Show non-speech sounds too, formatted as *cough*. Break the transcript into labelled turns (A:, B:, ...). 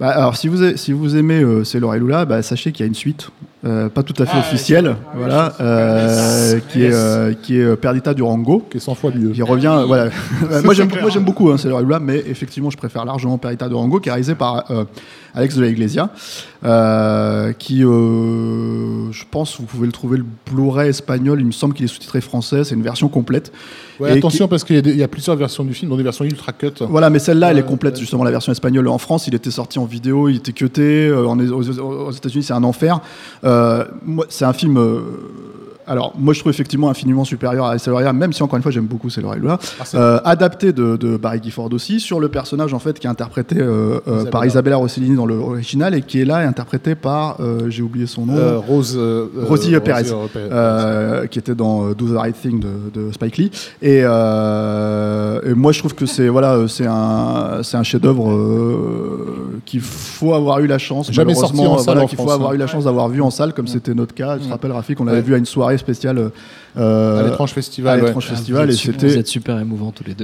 A: Bah, alors, si vous, a- si vous aimez euh, C'est Laura et Lula, bah, sachez qu'il y a une suite, euh, pas tout à fait
B: Ah,
A: officielle,
B: ok. Ah, oui,
A: voilà,
B: je sais.
A: euh,
B: Yes.
A: qui, est,
B: Yes. Ah
A: euh, qui est euh, Perdita du Rango.
C: qui est 100 fois mieux.
A: Qui revient, euh,
B: *laughs*
A: voilà. moi,
B: c'est
A: j'aime,
B: clair.
A: moi, j'aime beaucoup hein, C'est Laura et Lula, mais effectivement, je préfère largement Perdita du Rango, qui est réalisé par euh, Alex de la Iglesia, euh, qui, euh, je pense, vous pouvez le trouver le Blu-ray espagnol. Il me semble qu'il est sous-titré français. C'est une version complète.
C: Ouais,
A: Et
C: attention parce qu'il y a des- il y, a plusieurs versions du film, dont des versions ultra cut.
A: Voilà, mais celle-là, elle est
C: Ouais,
A: complète,
C: ouais.
A: justement, la version espagnole. En France, il était sorti en vidéo, il était cuté. euh, en- aux aux États-Unis, c'est un enfer. Euh, moi, c'est un film. euh, alors, moi, je trouve effectivement infiniment supérieur à Celoria, même si, encore une fois, j'aime beaucoup Celoria Lula.
C: Ah, c'est-
A: Euh, adapté de, de Barry Gifford aussi, sur le personnage, en fait, qui est interprété euh, euh,
C: Isabella.
A: par Isabella Rossellini dans l'original et qui est là interprété par. euh, J'ai oublié son nom.
C: Euh, Rose. euh,
A: Rosie
C: euh,
A: Perez.
C: Rosie, Perez.
A: Euh, qui était dans euh, Do the Right Thing de, de Spike Lee. Et, euh, et moi, je trouve que c'est voilà, euh, c'est un, c'est un chef-d'œuvre euh, qu'il faut avoir eu la chance.
C: Jamais
A: malheureusement, euh,
C: sorti en salle
A: voilà,
C: en
A: qu'il
C: France,
A: faut avoir
C: hein. Mm.
A: eu la chance d'avoir vu en salle, comme c'était notre cas. Je te rappelle, Rafik, on l'avait
C: Ouais.
A: vu à une soirée spéciale. euh,
C: à l'étrange
A: à
C: festival. ouais. Ah,
A: l'étrange festival et
D: Ah, Vous
A: c'était
D: êtes super émouvants tous les deux.